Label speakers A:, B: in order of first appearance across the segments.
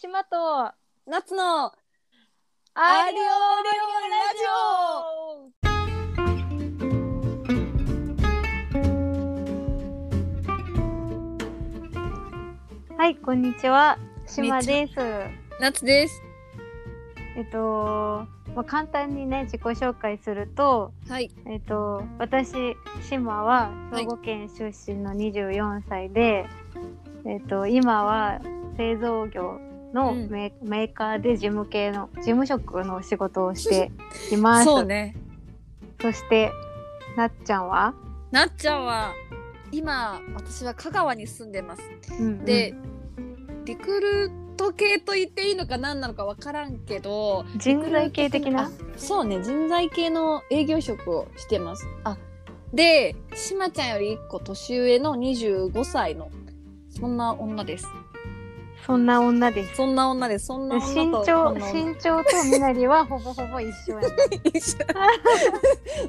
A: 島と
B: 夏の
A: ア
B: リオレオラジ
A: オはいこんにちは島です
B: 夏です。
A: えっと、まあ、簡単にね自己紹介すると
B: はい。
A: えっと私島は
B: はい
A: 兵庫県出身の24歳で、えっと今は製造業の
B: うん
A: メ,、メーカーで事務系の事務職のお仕事をしています。
B: そうね。
A: そしてなっちゃんは、
B: なっちゃんは今私は香川に住んでます。
A: うんうん
B: で、リクルート系と言っていいのか何なのかわからんけど、
A: 人材系的な
B: あ。そうね人材系の営業職をしてます。あでしまちゃんより1個年上の25歳のそんな女です。
A: そんな女です。
B: そんな女です。そんな女と
A: 身長
B: こんな女
A: 身長とみなりはほぼほぼ一緒やな
B: 一緒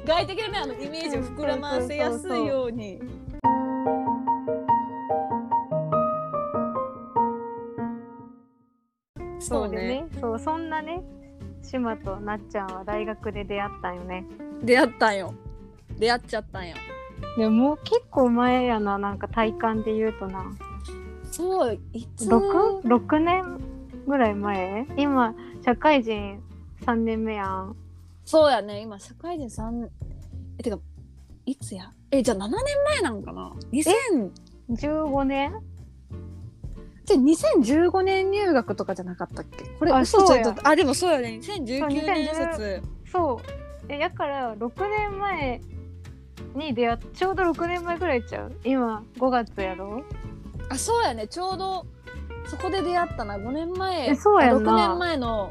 B: 外的なねあのイメージを膨らませやすいように。
A: そ
B: そうう
A: で
B: ね。
A: ね。そうそんなね島となっちゃんは大学で出会ったんよね。
B: 出会ったんよ。出会っちゃったんよ。
A: でもう結構前やななんか体感で言うとな
B: そう、いつ
A: 6, 6年ぐらい前今社会人3年目やん
B: そうやね。今、社会人3、え、てか、いつやえ、じゃあ7年前なんかな ?2000、
A: 15年
B: じゃあ2015年入学とかじゃなかったっけこれ、
A: あ
B: 嘘
A: そ
B: つ
A: う
B: い
A: や
B: とった。あ、でもそうよね。2019
A: そう
B: 年
A: 2010
B: 卒。
A: そうえやから6年前に出会っちょうど6年前ぐらいちゃう今5月やろ
B: あ、そうやね。ちょうど、そこで出会ったな。5年前、
A: えそうやんな
B: 6年前の、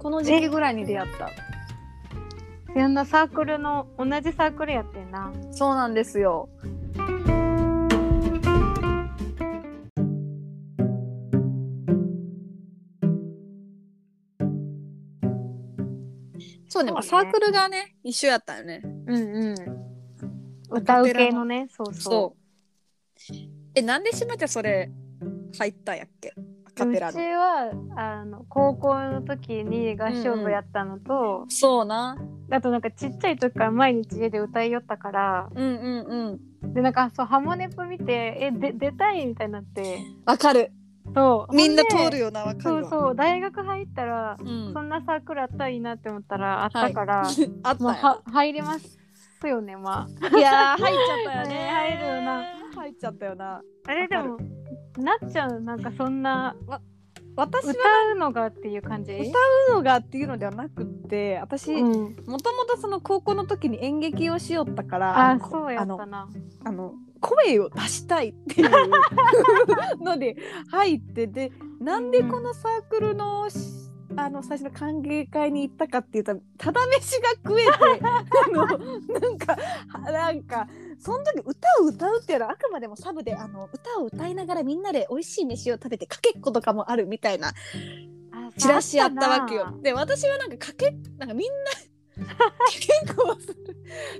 B: この時期ぐらいに出会った。
A: やんなサークルの同じサークルやってんな
B: そうなんですよ。そうね、まあ、
A: そ
B: サ
A: うね
B: ークルがね、一緒やったよね。。
A: うんうん歌う系のねそうそう
B: え、なんでしまちゃんそれ入ったんやっけア
A: う
B: カ
A: う
B: ペ
A: ち
B: ラの。
A: はあの高校の時に合唱部やったのと、
B: そうな。
A: あとなんかちっちゃい時から毎日家で歌いよったから
B: うんうんうん。
A: でなんかそうハモネプ見てえで出たいみたいになって
B: わかる。
A: そう
B: みんな
A: ほで
B: 通るよな、わかる
A: そ
B: わ。
A: うそう大学入ったら、
B: うん
A: そんなサークルあったらいいなって思ったらあっ
B: はい
A: たから、
B: あった
A: まあ
B: よ
A: は入りますよねまあ
B: いやー、入っちゃったよね。
A: ね入るよな。
B: 入っちゃったよな。
A: あれでもなっちゃうなんかそんな
B: 私は
A: 歌うのがっていう感じ
B: 歌のがっていうのではなくって私
A: う
B: も
A: ん、
B: ともとその高校の時に演劇をしよったから
A: あ
B: の
A: そうや
B: あ
A: っ
B: の
A: たな
B: あの声を出したいっていうので入ってでなんでこのサークルのしあの最初の歓迎会に行ったかっていうとただ飯が食えてあのなんかあなんかその時歌を歌うっていうのはあくまでもサブであの歌を歌いながらみんなで美味しい飯を食べてかけっことかもあるみたいな
A: あ
B: チラシあったわけ
A: あ
B: よ
A: な。
B: で私はなんかかけなんかみんな 結構する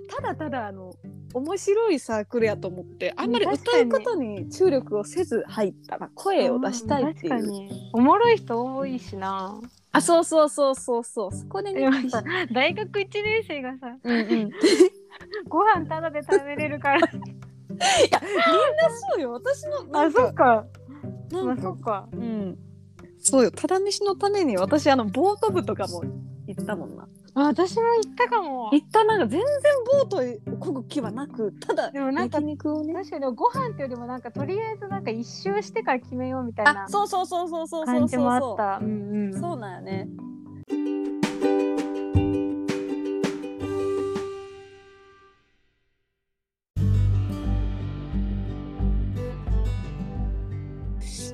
B: ただただあの面白いサークルやと思ってあんまり
A: うん
B: 歌うことに注力をせず入ったら声を出したいってい
A: うん確
B: う
A: かにおもろい人多いしな
B: あそうそうそうそうそうそこで
A: で
B: ね
A: もさ大学1年生がさ
B: うんうん、い
A: ご飯タダで食べれるから
B: やみんなそうよ私の なんか
A: か
B: な
A: まあ
B: んか
A: そっか
B: うんそうよただ飯のために私あのボート部とかも行ったもんな
A: あ私も行ったかも
B: 行ったなんか全然ボートへこぐ気はなくただ
A: でもなんか
B: 焼肉をね
A: 確かにご飯っていうよりもなんかとりあえずなんか一周してから決めようみたいな
B: あそうそうそうそうそうそう
A: 感じもあ
B: そ
A: っ
B: う
A: たうんうん
B: そうなんよね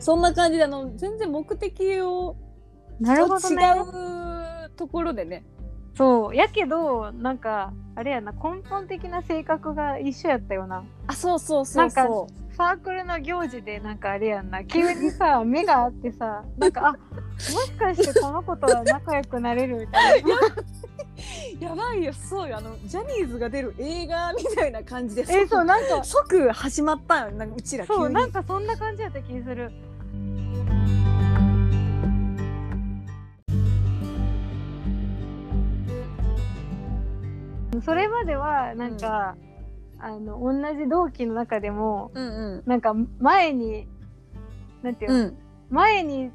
B: そんな感じであの全然目的を
A: なるほどね
B: と違うところでね
A: そうやけどなんかあれやな根本的な性格が一緒やったよな
B: あそうそうそう
A: なん
B: そ
A: かサークルの行事でなんかあれやんな急にさ 目があってさなんかあもしかしてこの子とは仲良くなれるみ たいな
B: うやばいよそうよあのジャニーズが出る映画みたいな感じで
A: えそうなんか
B: 即始まったよなんかうちら急
A: そう
B: に
A: なんかそんな感じやった気するそれまではなんか、あの同じ同期の中でも
B: うん
A: なんか前になんていう
B: う
A: の、
B: ん
A: 前に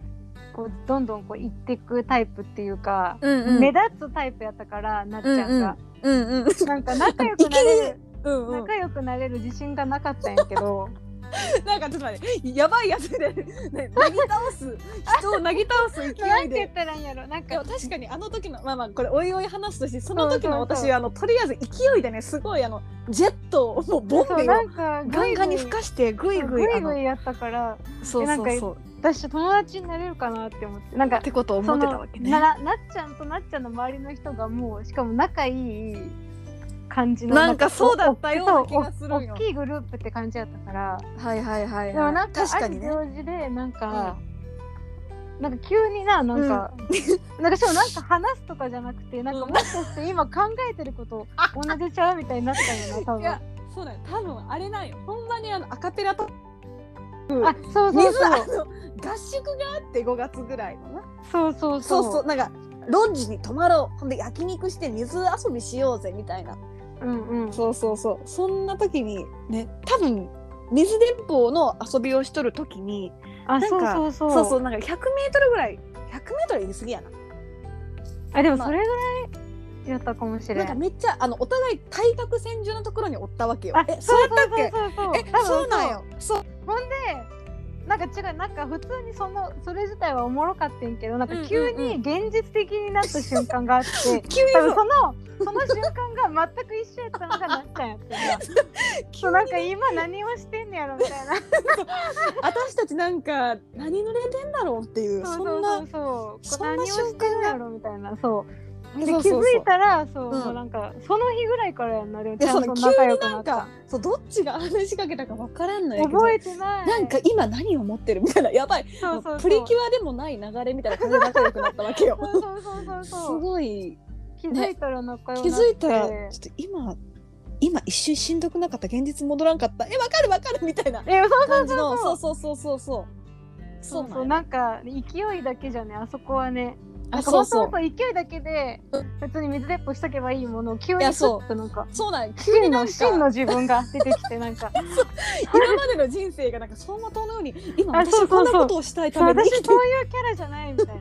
A: こうどんどんこう行ってくタイプっていうか、
B: うんうん
A: 目立つタイプやったからなっちゃんが、
B: うんうん
A: なんか仲 良くなれる
B: うんうん
A: 仲良くなれる自信がなかったんやけど
B: なんかちょっと待ってやばいやつで、 ね、なぎ倒す人 をなぎ倒す
A: な
B: 勢い
A: んて言
B: で
A: ったらいいんやろなん
B: でも
A: か
B: 確かにあの時のまあまあこれおいおい話すとしてその時の
A: そうそうそう
B: 私あのとりあえず勢いでねすごいあのジェットをもうボン
A: そう
B: ベ
A: な
B: を
A: んか
B: ガンガンに吹
A: し
B: かしてグイグ
A: グ
B: イ
A: イ
B: あの
A: グイやったから
B: そう
A: なん
B: そう
A: か
B: そう
A: 私友達になれるかなって思ってなんか
B: ってことを思ってたわけね
A: そのななっちゃんとなっちゃんの周りの人がもうしかも仲いい感じの
B: なんかそうだったような気
A: そう
B: がするんよ
A: お大きいグループって感じやったから
B: はいはいはい、はい、
A: でもなんか
B: 確
A: あ
B: か
A: る
B: にね
A: 行事でなんか、なんか急にななんか、 なんかしかもなんか話すとかじゃなくてなんか
B: うん
A: もしかして今考えてること同じちゃうみたいになったんやな多
B: い
A: 分
B: やそうだよ多分あれなんよほんまにあのアカペラと
A: あそうそう
B: 水あ
A: そう
B: の合宿があって5月ぐらいのな
A: そうそう
B: そ
A: そう
B: うそうなんかロッジに泊まろうほんで焼肉して水遊びしようぜみたいな
A: うんうん
B: そうそうそうそんな時にね多分水鉄砲の遊びをしとる時に
A: あ
B: なん
A: そう
B: か
A: そうそう
B: そうそうなんか 100m ぐらい 100m 言い過ぎやな
A: あでもそれぐらいやったかもしれ
B: なんかめっちゃあのお互い対角線上のところにおったわけよ
A: あ
B: えそうやったっけ
A: そうそうそうそう
B: え
A: 多分
B: そうなんよそう
A: ほんでなんか違うなんか普通にそのそれ自体はおもろかってんけどなんか
B: うんうんうん
A: 急に現実的になった瞬間があって、
B: 急に
A: 多
B: そ
A: 分
B: う
A: そのその瞬間が全く一緒やったのがなっちゃんやってんな
B: 急
A: そう
B: に
A: なんか今何をしてんねやろみたいな
B: 私たちなんか何濡れてんだろうっていう
A: そう
B: そ
A: そ
B: ん
A: う
B: な
A: そうそう
B: そん
A: これ
B: な
A: 何をしてんねやろみたいなそうで
B: そうそうそう
A: 気づいたらそう、
B: うん
A: もうなんかその日ぐらいからやんなでも
B: い
A: ち
B: や
A: ゃ
B: そ
A: んと
B: の急に
A: 仲良く
B: な
A: なっ
B: ん
A: た
B: かそうどっちが話しかけたか分からんのやけど
A: 覚えてない
B: なんか今何を持ってるみたいなやばい
A: そうそうそう
B: プリキュアでもない流れみたいな感じで仲良くなったわけよ
A: そうそうそうそう
B: す
A: そう
B: ごい
A: 気づいたら仲良く
B: 気
A: なっ
B: づ
A: て
B: いたらちょっと今今一瞬しんどくなかった現実戻らんかったえわかるわかるみたいな
A: えそう
B: 感じの
A: そ
B: そううそうそうそうそ
A: そう
B: うなん
A: そう
B: よ
A: なんか勢いだけじゃねあそこはねな
B: あ
A: んか
B: そ
A: も
B: う
A: と
B: そ
A: も
B: う
A: と勢いだけで普通に水鉄砲しとけばいいものを急に
B: いや
A: ス
B: そう
A: ッとなんか
B: そうなんよ急
A: 真
B: になん
A: の
B: か
A: 真の自分が出てきてなん か
B: 今までの人生がなんか走馬灯のように今
A: あ
B: 私
A: そう
B: は
A: そう
B: こん
A: そう
B: なことをしたい
A: そう
B: ため
A: 私
B: に生きて
A: そういうキャラじゃないみたい な。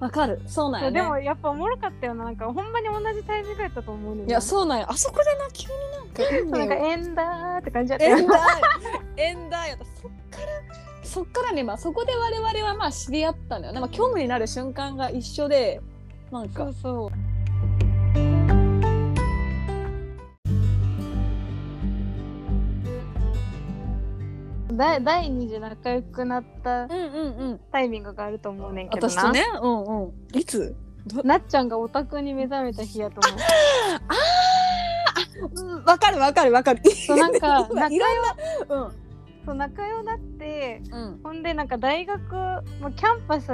B: わかるそうなん
A: そ
B: よ
A: うで
B: ね
A: もやっぱおもろかったよななんかほんまに同じタイミングやったと思うのよ
B: いやそうなんよあそこでな急にな
A: そうな
B: んか運
A: んか
B: 命を
A: 縁だーって感じや ったよ
B: エンダーエンダーやったそっからそっからねまあそこで我々はまあ知り合ったのよね、まあ、虚無になる瞬間が一緒でなん
A: そ
B: か
A: うそうだ第二次仲良くなった
B: うんうんうん
A: タイミングがあると思うねんけどな
B: 私とねうんうんいつ
A: なっちゃんがオタクに目覚めた日やと思う
B: うんわかるわかるわかる
A: そうなん か
B: いろんな
A: そう仲良なって
B: うんうん
A: ほんでなんか大学もうキャンパス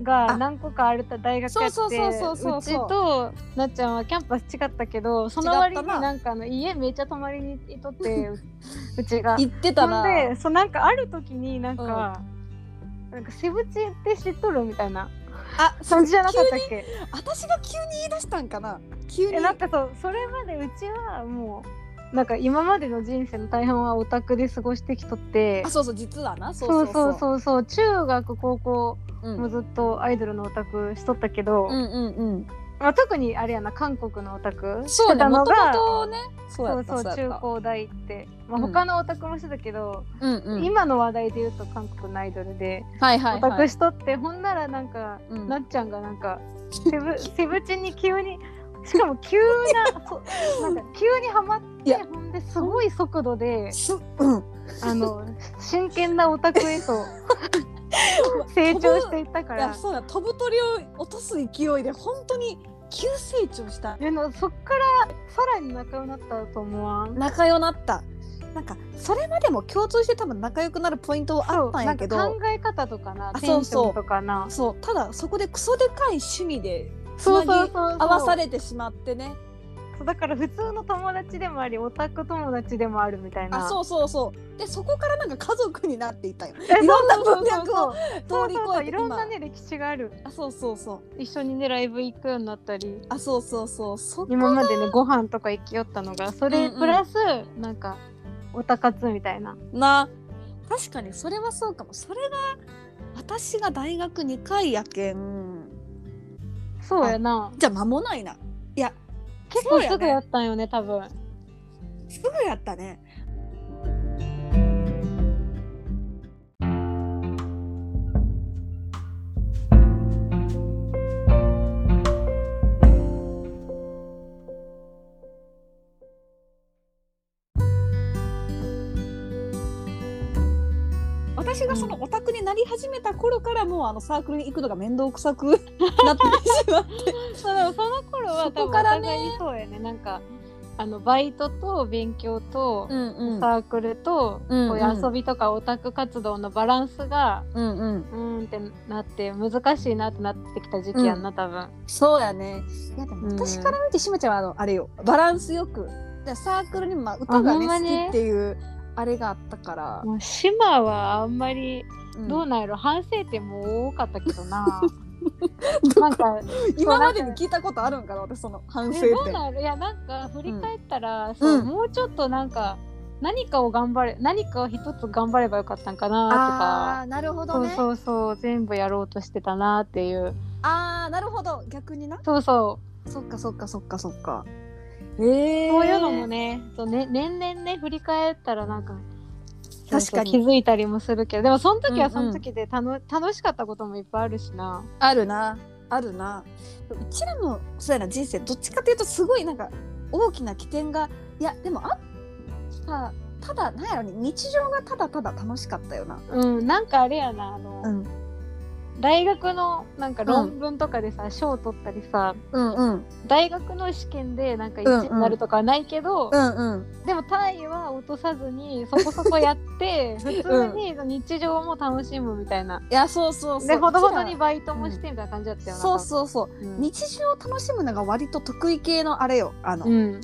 A: が何個かあるた大学やって
B: そうそうそうそ
A: う
B: うそう
A: ちとなっちゃんはキャンパス違ったけどその割になんかあの家めっちゃ泊まりに行っとって うちが。
B: 言ってた
A: ほん
B: な
A: でそうなんかある時になんか、なんかセブチって知っとるみたいな
B: あ
A: 感じじゃなかったっけ
B: 私が急に言い出したんかな急に
A: えなんかそうそれまでうちはもうなんか今までの人生の大半はオタクで過ごしてきとって
B: あそうそう実はなそ
A: そうう
B: そう
A: そう
B: そ
A: そうそう
B: う
A: 中学高校
B: うん
A: もずっとアイドルのオタクしとったけど、
B: うんうんうん
A: まあ、特にあれやな韓国のオタクし
B: そう
A: て
B: ね
A: た
B: も
A: の
B: とも
A: が
B: とねそ
A: そ
B: うや
A: う
B: った
A: そう
B: やった
A: 中高大って、まあ、
B: うん
A: 他のオタクもしてたけど、
B: うんうん
A: 今の話題で言うと韓国のアイドルで
B: はいは
A: オ
B: いは
A: タク
B: い
A: しとって、ほんならなんか、
B: うん
A: なっちゃんがなん かセブセブチに急にしかも急なそうなんか急にハマっ
B: い
A: て
B: や
A: ほんですごい速度です
B: うん
A: あの真剣なオタクへ と成長していったか
B: いや
A: ら。
B: そうだ飛ぶ鳥を落とす勢いで本当に急成長した
A: でもそっからさらに仲良くなったと思わん
B: 仲良なったなんかそれまでも共通して多分仲良くなるポイントはあったんやけ
A: そうな
B: ど
A: んか考え方とかな
B: あ
A: テンシ
B: そうそ
A: ョ
B: う
A: ンとかな
B: そうただそこでクソでかい趣味でつ
A: そ
B: な
A: う
B: ぎ
A: そうそうそう
B: 合わされてしまってね
A: そうだから普通の友達でもありオタク友達でもあるみたいな
B: あそうそうそうでそこからなんか家族になっていった よ
A: えそう
B: いろんな
A: そう
B: 文脈を
A: そう
B: 通り
A: そうそう
B: 越えて
A: いろんな
B: 今
A: ね歴史がある
B: あそうそうそう
A: 一緒にねライブ行くようになったり
B: あそうそうそうそこ
A: 今までねご飯とか行きよったのがそれ
B: うんうん
A: プラス、なんかオタ活みたいな
B: な確かにそれはそうかもそれが私が大学2回やけん
A: そうやな
B: じゃあ間もないないや
A: 結
B: そう
A: 構
B: やね
A: すぐやったんよね多分
B: すぐやったね私がそのオタクになり始めた頃からもうあのサークルに行くのが面倒くさくなってしまって
A: そうでもその頃は
B: そ
A: 多
B: こ
A: 分お
B: から
A: 互
B: ね
A: いそうやねなんかあのバイトと勉強と、
B: ん
A: サークルと、
B: うん
A: こういう遊びとかオタク活動のバランスが
B: うんうん
A: うーんってなって難しいなってなってきた時期やんな、多分
B: そうやね。いやでも
A: うん
B: 私から見てしまちゃんはあのあれよバランスよくでサークルにもまあ歌が
A: あほ
B: ね
A: ん
B: 好
A: まに
B: きっていうあれがあったから、
A: もう島はあんまり
B: うん
A: どうなんやろ、反省点も多かったけど ななんか
B: 今までに聞いたことあるんかな私その反省
A: え
B: 点
A: どうなんやろいやなんか振り返ったら、
B: う
A: そ
B: ん
A: うもうちょっとなんか何かを頑張れ何かを一つ頑張ればよかったんか
B: あ
A: な
B: あなるほ
A: とか、
B: どね
A: そうそうそう全部やろうとしてたなっていう
B: ああなるほど逆にな
A: そうそう
B: そっかそっかそっかそっかええ
A: そういうのもねそうね年々ね振り返ったらなんかそうそう
B: 確かに
A: 気づいたりもするけどでもその時は
B: うんう
A: そ
B: ん
A: の時で楽,、楽しかったこともいっぱいあるしな
B: あるなあるなうちらのそうやな人生どっちかというとすごいなんか大きな起点がいやでもあさただなんやろね日常がただただ楽しかったよな
A: うんなんかあれやなあの、
B: ん
A: 大学のなんか論文とかでさ賞、取ったりさ
B: うんうん
A: 大学の試験でなんか1位になるとかはないけど、
B: うんうん
A: でも単位は落とさずにそこそこやって普 通に日常も楽しむみたいな、
B: いやそうそうそう
A: でほどほどにバイトもしてみたいな感じだったよな、
B: そうそうそう
A: う、うん
B: 日常を楽しむのが割と得意系のあれよあの、
A: うん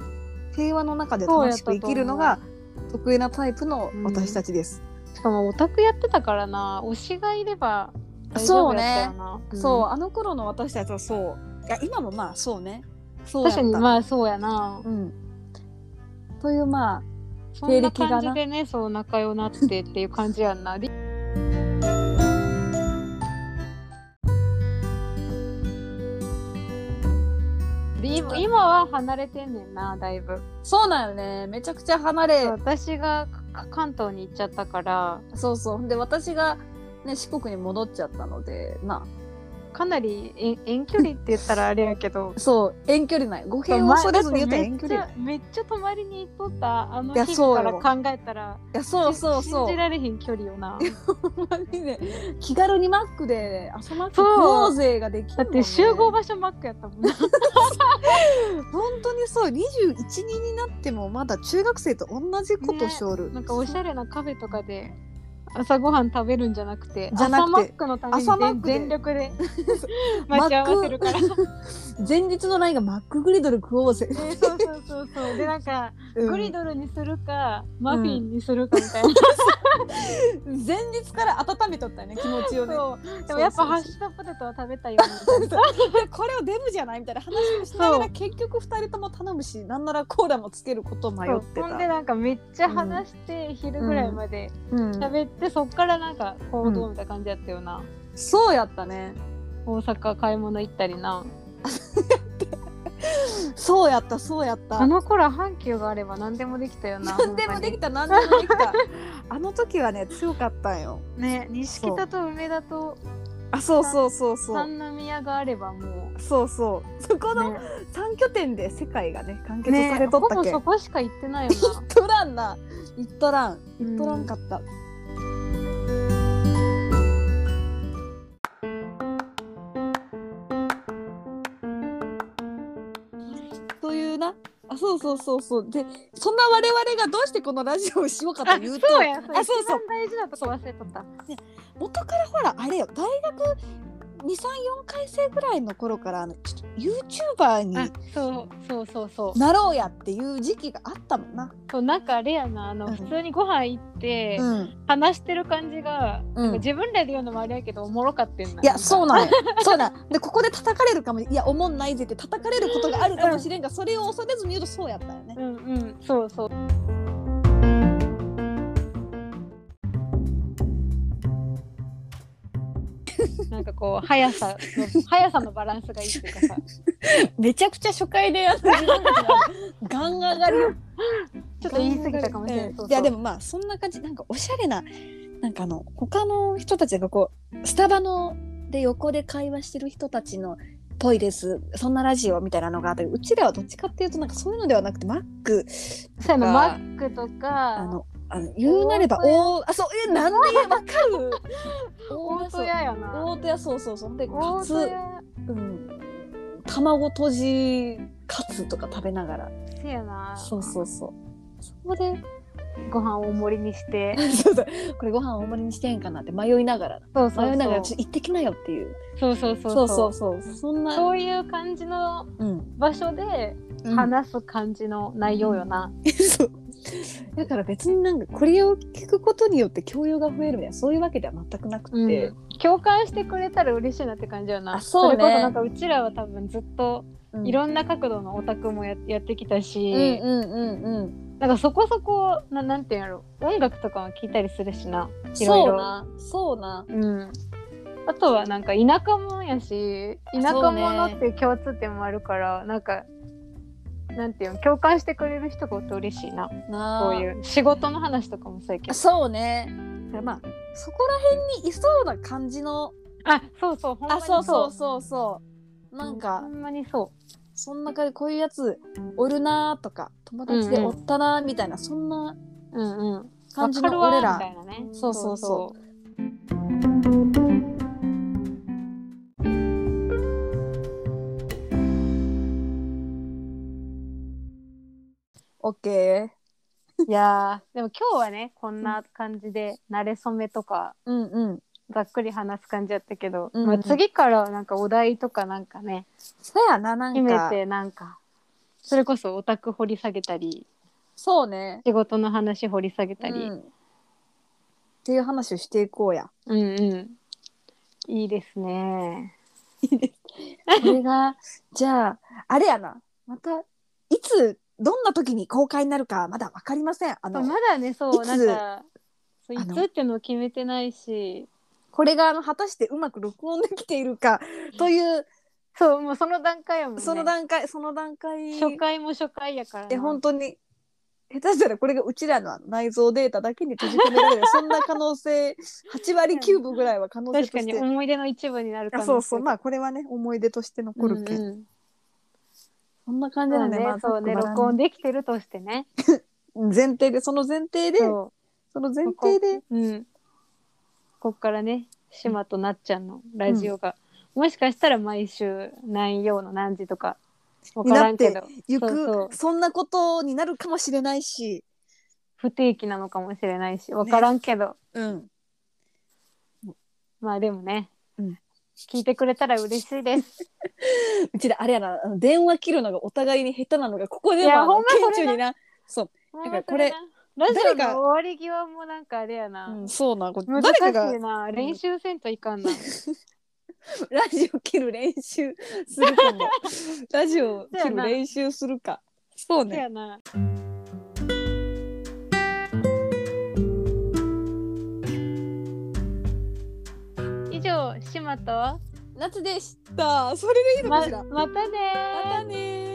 B: 平和の中で楽しく生きるのが得意なタイプの
A: うん
B: 私たちです、
A: しかもオタクやってたからな推しがいれば大丈夫だったよな、ん
B: そうあの頃の私たちはそういや今もまあそうねそうやっ
A: 確
B: た
A: かにまあそうやな
B: うんというまあ
A: そんな
B: 経歴がな
A: 感じでねそう仲良なってっていう感じやんなで今今は離れてんねんなだいぶ
B: そうなんよねめちゃくちゃ離れ
A: 私がか関東に行っちゃったから
B: そうそうで私が、ね、四国に戻っちゃったのでな
A: かなり遠遠距離って言ったらあれやけど
B: そう 遠距離ない語弊を恐れずに言ったら遠距
A: め
B: 離
A: っちゃめっちゃ泊まりに行っとったあの
B: いや
A: 日
B: そう
A: か
B: よ
A: ら考えたら
B: いやそうそうそ
A: 信
B: う
A: じられへん距離よ な
B: ほんまにね気軽にマックで朝マック
A: そう
B: クローゼができる、ね、
A: だって集合場所マックやったもんな
B: 本当にそう21人になってもまだ中学生と同じことしおる、
A: なんかおしゃれなカフェとかで朝ごはん食べるんじゃなくて
B: じゃなく
A: 朝
B: て
A: マックのために
B: 朝マッ
A: 全
B: クで
A: 全力 で待ち合わせるから、
B: 前日のラインがマックグリドル食おうぜ、
A: えーそうそうそうそうでなんか、
B: うん
A: グリドルにするかマフィンにするかみたいな、
B: 前日から温めとったよね気持ちをね
A: そうでもやっぱハッシュドポテトは食べたいよねみたいな
B: で これをデブじゃないみたいな話をしながら結局2人とも頼むしなんならコーラもつけることを迷
A: そ
B: っ
A: う
B: て
A: ほんで
B: た
A: なんかめっちゃ話して、昼ぐらいまで
B: うん
A: 喋って、そっからなんか行動みたいな感じやったよな、
B: そうやったね
A: 大阪買い物行ったりな
B: そうやったそうやった
A: あの頃阪急があれば何でもできたよな
B: 何でもでき
A: た
B: た何でもできた あの時はね強かったんよ
A: ね錦田と梅田と
B: あそうそうそうそう
A: 三宮があればも
B: そうそうそこ
A: う、
B: の
A: ね
B: 3拠点で世界がね完結
A: ね
B: されとっ
A: ほ
B: た
A: ぼ
B: け、
A: そこしか行ってないよ
B: 行っとらんな行っとらん
A: うん
B: 行っとらんかった、というなあそうそうそうそうでそんな我々がどうしてこのラジオをしようか
A: な
B: と
A: あ
B: いうと
A: そうや
B: あそうそう
A: 一番大事なとこ忘れとった
B: 元からほらあれよ大学234回生ぐらいの頃からあのちょっと YouTuber
A: あ
B: に
A: そうそうそうそう
B: なろうやっていう時期があったもんな。
A: そうなんかあれやなあの、
B: うん
A: 普通にご飯行って、
B: うん
A: 話してる感じが、
B: うん
A: なんか自分らで言うのもあれやけどおもろかってんない
B: やそう なんよそうなんでここで叩かれるかもいやおもんないぜって叩かれることがあるかもしれんがそれを恐れずに言うとそうやったよね。
A: うんうんそう そうなんかこう速さの速さのバランスがいいっていうかさ
B: めちゃくちゃ初回であの 自分たちがガン上がりを
A: ちょっと言い過ぎたかもしれない
B: うん
A: そうそう
B: いやでもまあそんな感じなんかおしゃれななんかあの他の人たちがこうスタバので横で会話してる人たちのっぽいですそんなラジオみたいなのがあったけどうちらはどっちかっていうとなんかそういうのではなくてマック
A: そうやなマ
B: か
A: ックと
B: あ
A: か
B: のあの言うなればおあそうえな んでわかる
A: 大戸
B: そう
A: 屋やな
B: 大戸屋そうそうそんでカ
A: 大
B: ツ
A: 戸、屋
B: うん、卵とじカツとか食べながら
A: せやな
B: そうそうそうそこで
A: ご飯を大盛りにして
B: そうそうこれご飯大盛りにしてへんかなって迷いながら
A: そうそう
B: 迷いながら
A: そ
B: ちょっと行ってきなよっていう
A: うそうそう
B: そ
A: そうう
B: そ
A: そうう
B: そうそんな
A: そういう感じの
B: うん、
A: 場所で
B: 話
A: 話す感じの内容よな、
B: そうだから別になんかこれを聞くことによって教養が増えるみたいなそういうわけでは全くなく
A: うん
B: て、
A: 共感してくれたら嬉しいなって感じよな
B: あそうね
A: れこそなんかうちらは多分ずっと
B: うん
A: いろんな角度のオタクもややってきたし、
B: うんうんうんうん
A: なんかそこそこななんていうんやろ音楽とかも聞いたりするしな
B: そ
A: いうろ
B: なそうな
A: うんあとはなんか田舎もんやし田舎者っていう共通点もあるから、なんかなんていうの共感してくれる人がおって嬉しいな
B: な
A: こ
B: あ
A: ういう仕事の話とかもそうやけど
B: そうねだからまあそこら辺にいそうな感じの
A: あそうそうほんま
B: あ
A: に
B: そうそうそうそうなんか、
A: ほんまにそう
B: その中でこういうやつおるなーとか友達でおったなーみたいな、そんな
A: うんうん
B: 感じ
A: わかる
B: の
A: わ
B: 俺ら
A: みたいなね
B: そうそうそうオッケー
A: いやーでも今日はねこんな感じで慣れ初めとか
B: うんうん
A: ざっくり話す感じやったけど、
B: うんうん
A: まあ、次からはなんかお題とかなんかね
B: そやななん
A: 決め
B: か
A: てなんかそれこそオタク掘り下げたり
B: そうね、
A: 仕事の話掘り下げ
B: う
A: たり、
B: ん、っていう話をしていこ うや
A: うん、うんいいですね
B: これがじゃああれやなまたいつどんな時に公開になるかまだ分かりません
A: ま
B: あの
A: だねそ
B: いうつ
A: なんかそうい
B: あの
A: つっていうのを決めてないし
B: これがあの果たしてうまく録音できているかという
A: そうもうその段階やもんね
B: その段階その段階
A: 初回も初回やからな
B: え本当に下手したらこれがうちらの内臓データだけに閉じ込めら れるそんな可能性8割9分ぐらいは可能性
A: 確
B: と
A: か
B: し
A: に
B: て
A: 思い出の一部になるか
B: あ
A: も
B: そうそうまあこれはね思い出として残るけ、
A: うんうん
B: そんな感じ
A: そ
B: な
A: うん
B: で、
A: ね
B: まあ
A: そうね
B: ざっくばらんに
A: 録音できてるとしてね
B: 前提でその前提でそ
A: そう
B: の前提で
A: うんこっからね島となっちゃんのラジオが、もしかしたら毎週何曜の何時とか分からんけ
B: に
A: ど
B: 行く
A: そう
B: そ
A: そうん
B: なことになるかもしれないし、
A: 不定期なのかもしれないし分からんけど、
B: うん、
A: まあでもね、
B: うん
A: 聞いてくれたら嬉しいです。
B: うちらあれやなあの電話切るのがお互いに下手なのがここで
A: いや
B: は
A: ほんまそれな
B: 顕著になそう、
A: だ
B: からこれ
A: ラジオ
B: 誰が
A: の終わり際もなんかあれやな、
B: うん、そうなこれ
A: 難
B: 誰かが
A: しいな練習せんといかんな。
B: ラジオ切る練習するか も。ラジオ切る練習するか。そう
A: そう
B: ね。
A: やな。以上、島と、
B: 夏でした。それでいいのか
A: ま
B: しら。、ま
A: またねー
B: たねー